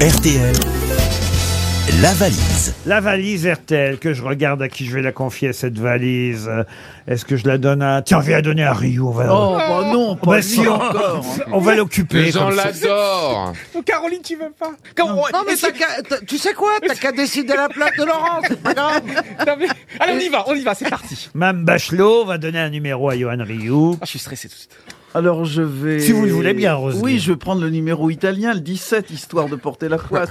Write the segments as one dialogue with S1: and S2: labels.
S1: RTL, la valise.
S2: La valise RTL, que je regarde à qui je vais la confier, cette valise. Euh, Est-ce que je la donne à... Tiens, je vais la donner à Rio. On va,
S3: Oh, bah non, pas
S2: Bah
S3: lui
S2: si, on,
S3: encore.
S2: on va l'occuper.
S4: Les gens
S2: comme ça.
S4: l'adorent.
S5: Non, Caroline, tu veux pas Comme- ouais,
S3: Non, mais
S5: c'est-
S3: t'as qu'à- t'as- tu sais quoi T'as qu'à décider la place de Laurent, c'est pas grave.
S5: non, mais- Allez, on y va, on y va, c'est parti.
S2: Mme Bachelot va donner un numéro à Johan Rio.
S5: Ah, je suis stressé tout de suite.
S3: Alors je vais.
S2: Si vous le voulez bien, Roselyne.
S3: Oui, je vais prendre le numéro italien, le 17, histoire de porter la poisse.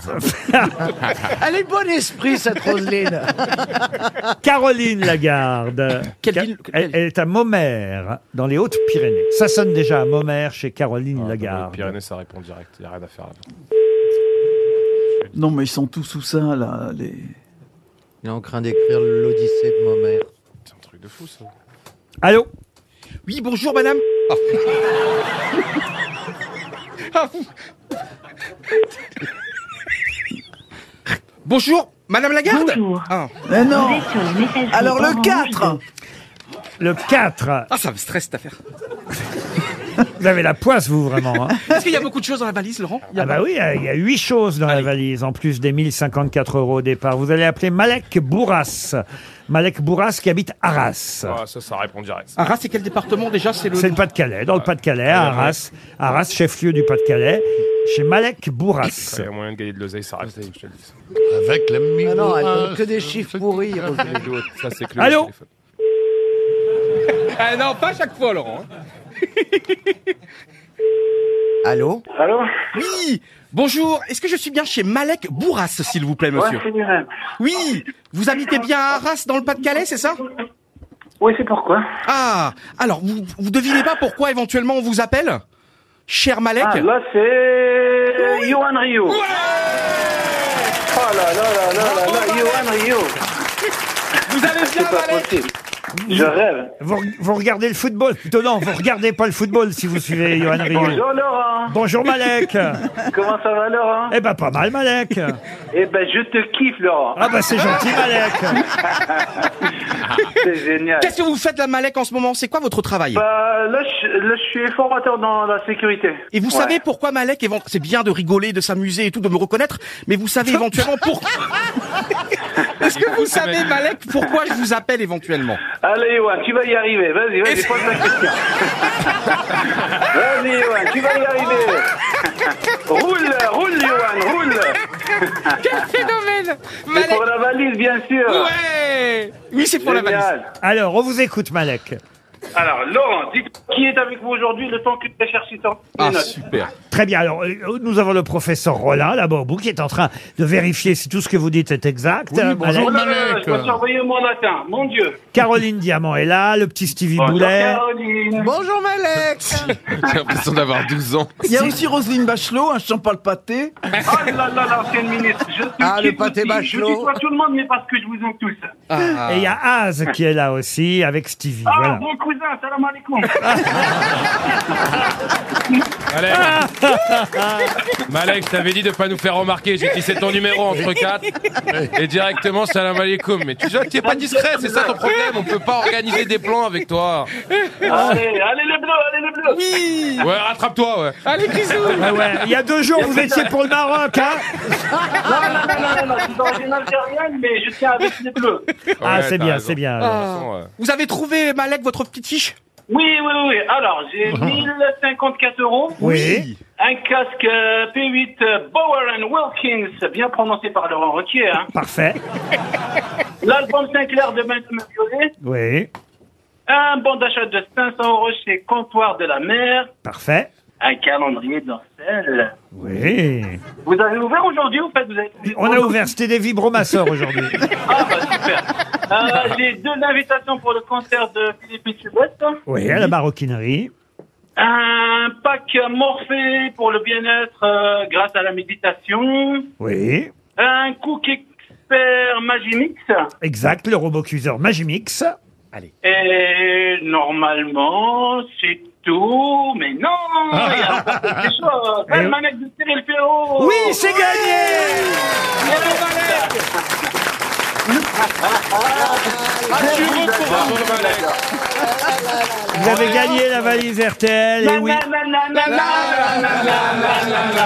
S3: Elle est bon esprit, cette Roselyne.
S2: Caroline Lagarde.
S5: Quelle
S2: Ca-
S5: ville-
S2: elle, elle est à Momère, dans les Hautes-Pyrénées. Ça sonne déjà à Momère chez Caroline Lagarde.
S4: Pyrénées, ça répond direct. Il n'y a rien à faire là-bas.
S3: Non, mais ils sont tous sous ça, là. Les...
S6: Il est en train d'écrire l'Odyssée de ma mère.
S4: C'est un truc de fou, ça.
S2: Allô
S5: Oui, bonjour, madame. Ah. Ah, vous- bonjour, madame Lagarde
S7: Bonjour.
S5: ah.
S3: Mais non
S7: Vous êtes sur la messagerie
S3: Alors le
S7: Orange
S3: 4
S2: Le 4.
S5: Ah, ça me stresse cette affaire.
S2: Vous avez la poisse, vous, vraiment. hein.
S5: Est-ce qu'il y a beaucoup de choses dans la valise, Laurent Il y a-
S2: Ah bah oui, il y a huit choses dans la valise, en plus des 1054 euros au départ. Vous allez appeler Malek Bourras. Malek Bourras qui habite Arras.
S4: Ah, ça, ça répond direct.
S5: Arras, c'est quel département déjà C'est le.
S2: C'est le Pas-de-Calais, dans le Pas-de-Calais, Arras. Arras, chef-lieu du Pas-de-Calais, chez Malek Bourras.
S4: Il y a moyen de gagner de l'oseille, ça répond. je te le dis.
S8: Avec la
S6: Ah non, elle
S8: mine.
S6: donne que des chiffres pourris. Roselyne.
S4: Ça, c'est que
S2: Allô
S4: le téléphone.
S5: Ah, non, pas à chaque fois, Laurent. hein.
S6: Allô
S5: Oui Bonjour, est-ce que je suis bien chez Malek Bourras, s'il vous plaît, monsieur Oui, vous habitez bien à Arras, dans le Pas-de-Calais, c'est ça
S9: Oui, c'est pourquoi.
S5: Ah, alors, vous, vous devinez pas pourquoi éventuellement on vous appelle Cher Malek
S9: Ah, là, c'est Yohan Rio. Oh là là là là là là, Yohan Rio.
S5: Vous allez bien,
S9: C'est pas
S5: Malek
S9: possible. Je rêve.
S2: Vous, vous regardez le football Plutôt non, vous regardez pas le football si vous suivez Johan Rio.
S9: Bonjour Laurent.
S2: Bonjour Malek
S9: Comment ça va Laurent
S2: Eh ben pas mal Malek
S9: Eh ben, je te kiffe Laurent.
S2: Ah bah c'est gentil Malek
S9: C'est génial.
S5: Qu'est-ce que vous faites là, Malek, en ce moment C'est quoi votre travail
S9: Bah, là, je, là, je suis formateur dans la sécurité.
S5: Et vous
S9: Ouais.
S5: savez pourquoi Malek évent- C'est bien de rigoler, de s'amuser et tout, de me reconnaître, mais vous savez éventuellement pourquoi Est-ce que vous savez, Malek, pourquoi je vous appelle éventuellement
S9: Allez, Yohan, tu vas y arriver. Vas-y, vas-y, pose la question. vas-y, Yohan, tu vas y arriver. roule, roule, Yohan, roule.
S5: Quel phénomène
S9: C'est
S5: Malek
S9: pour la valise, bien sûr.
S5: Ouais Oui, c'est pour la valise.
S9: Génial.
S2: Alors, on vous écoute Malek.
S9: Alors, Laurent, dites qui est avec vous aujourd'hui le temps que les chercheurs
S5: Ah, super.
S2: Très bien, alors euh, nous avons le professeur Rollin là-bas au bout qui est en train de vérifier si tout ce que vous dites est exact. Euh, Malek.
S9: Oh là là, je dois surveiller mon latin, mon Dieu.
S2: Caroline Diamant est là, le petit Stevie
S9: Bonjour,
S2: Boulet.
S9: Caroline.
S3: Bonjour Malek
S4: J'ai l'impression d'avoir 12 ans.
S3: Il y a aussi Roselyne Bachelot, un chant par le pâté.
S9: Oh là là, l'ancienne ministre. Je te
S6: Ah, le
S9: kiffe
S6: pâté
S9: aussi.
S6: Bachelot.
S9: Je tutoie tout le monde, mais parce que je vous aime tous.
S2: Et il y a Az qui est là aussi avec Stevie.
S9: Ah,
S2: voilà.
S9: mon cousin, salam alaikum.
S4: Malek, Malek, je t'avais dit de pas nous faire remarquer. J'ai dit c'est ton numéro entre 4 et directement salam alaikum. Mais tu tu es pas discret, c'est ça ton problème. On peut pas organiser des plans avec toi.
S9: allez, allez les bleus, allez les bleus.
S5: Oui
S4: Ouais, rattrape-toi, ouais.
S5: Allez, bisous
S2: Ouais, Ah ouais. Il y a deux jours, vous étiez pour le Maroc, hein
S9: Non, non, non, Ah, non, non, non, je suis d'origine algérienne, mais je tiens avec les bleus.
S2: Ah,
S4: Ouais,
S2: c'est
S4: t'as
S2: bien,
S4: raison.
S2: c'est bien.
S4: De toute façon, ouais.
S5: Vous avez trouvé, Malek, votre petite fiche
S9: Oui, oui, oui. Alors, j'ai 1054 euros.
S2: Oui.
S9: Un casque euh, P8 euh, Bower and Wilkins, bien prononcé par Laurent Roquier. Hein.
S2: Parfait.
S9: L'album Sinclair de Benjamin Violet.
S2: Oui.
S9: Un bon d'achat de 500 euros chez Comptoir de la Mer.
S2: Parfait.
S9: Un calendrier d'Orsel.
S2: Oui.
S9: Vous avez ouvert aujourd'hui ou pas vous avez...
S2: On a ouvert, c'était des vibromasseurs aujourd'hui.
S9: Ah, bah, super. Euh, J'ai deux invitations pour le concert de Philippe Tubette.
S2: Oui, à la maroquinerie.
S9: Un pack Morphée pour le bien-être euh, grâce à la méditation.
S2: Oui.
S9: Un cook expert Magimix.
S2: Exact, le robot cuiseur Magimix.
S9: Et normalement, c'est tout. Mais non, il y a encore quelque chose.
S2: Ah. Et-
S9: Belle manette de Cyril
S4: Oh.
S9: Ferraud.
S2: Oui, c'est gagné
S4: Bravo, Malek.
S2: Vous avez gagné la valise RTL, et oui.
S9: Na, na, na, na, na, na, na, na, na, na.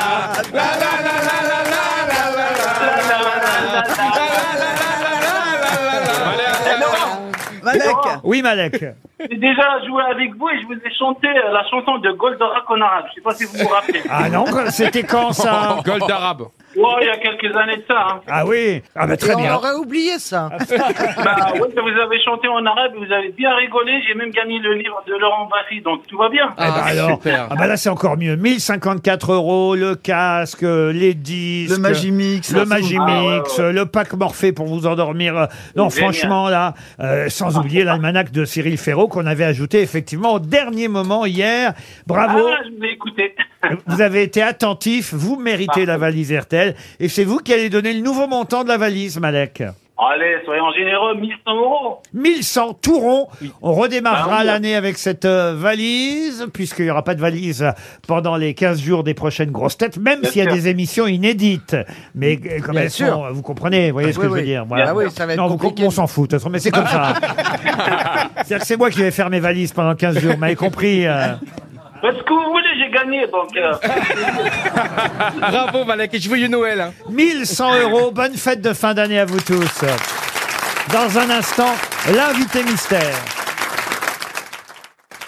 S4: la la la la la la la la la la la la la la la la la la
S3: Malek
S2: Oui, Malek.
S9: J'ai déjà joué avec vous et je vous ai chanté euh, la chanson de Goldorak en arabe. Je sais pas si vous vous rappelez.
S2: Ah non, c'était quand ça
S4: Gold arabe.
S9: Ouais, il y a quelques années de ça. hein.
S2: Ah oui Ah bah très
S6: Et on
S2: bien.
S6: aurait oublié ça.
S9: Bah ouais, vous avez chanté en arabe et vous avez bien rigolé. J'ai même gagné le livre de Laurent Baffy, donc tout va bien.
S2: Eh ben alors, ah bah là c'est encore mieux. 1054 euros, le casque, euh, les disques,
S3: Le Magimix.
S2: le
S3: ça,
S2: Magimix,
S9: Ah ouais, ouais.
S2: euh, le pack Morphée pour vous endormir. euh, Non,
S9: Génial.
S2: franchement là, euh, sans oublier l'almanach de Cyril Ferraud qu'on avait ajouté effectivement au dernier moment hier. Bravo.
S9: Ah, je vous ai écouté.
S2: Vous avez été attentif, vous méritez la valise RTL. Et c'est vous qui allez donner le nouveau montant de la valise, Malek.
S9: Allez, soyons généreux, 1100 euros.
S2: 1100 tout rond. On
S6: Bah
S2: redémarrera l'année avec cette euh, valise, puisqu'il n'y aura pas de valise pendant les 15 jours des prochaines grosses têtes, même s'il y a
S9: sûr.
S2: des émissions inédites. Mais euh, comme
S6: Bien
S2: elles
S6: sûr.
S2: sont, vous comprenez, vous voyez ce que
S6: oui,
S2: je veux
S6: oui.
S2: dire.
S6: Ah oui, ça va être
S2: non, vous
S6: compliqué.
S2: comprenez, on s'en fout, de toute façon, mais c'est comme ça. C'est-à-dire que c'est moi qui vais faire mes valises pendant 15 jours, vous m'avez compris. euh.
S9: Parce que vous voulez, j'ai gagné, donc... euh,
S5: Bravo Malek et joyeux Noël. hein.
S2: 1100 euros. Bonne fête de fin d'année à vous tous. Dans un instant, l'invité mystère.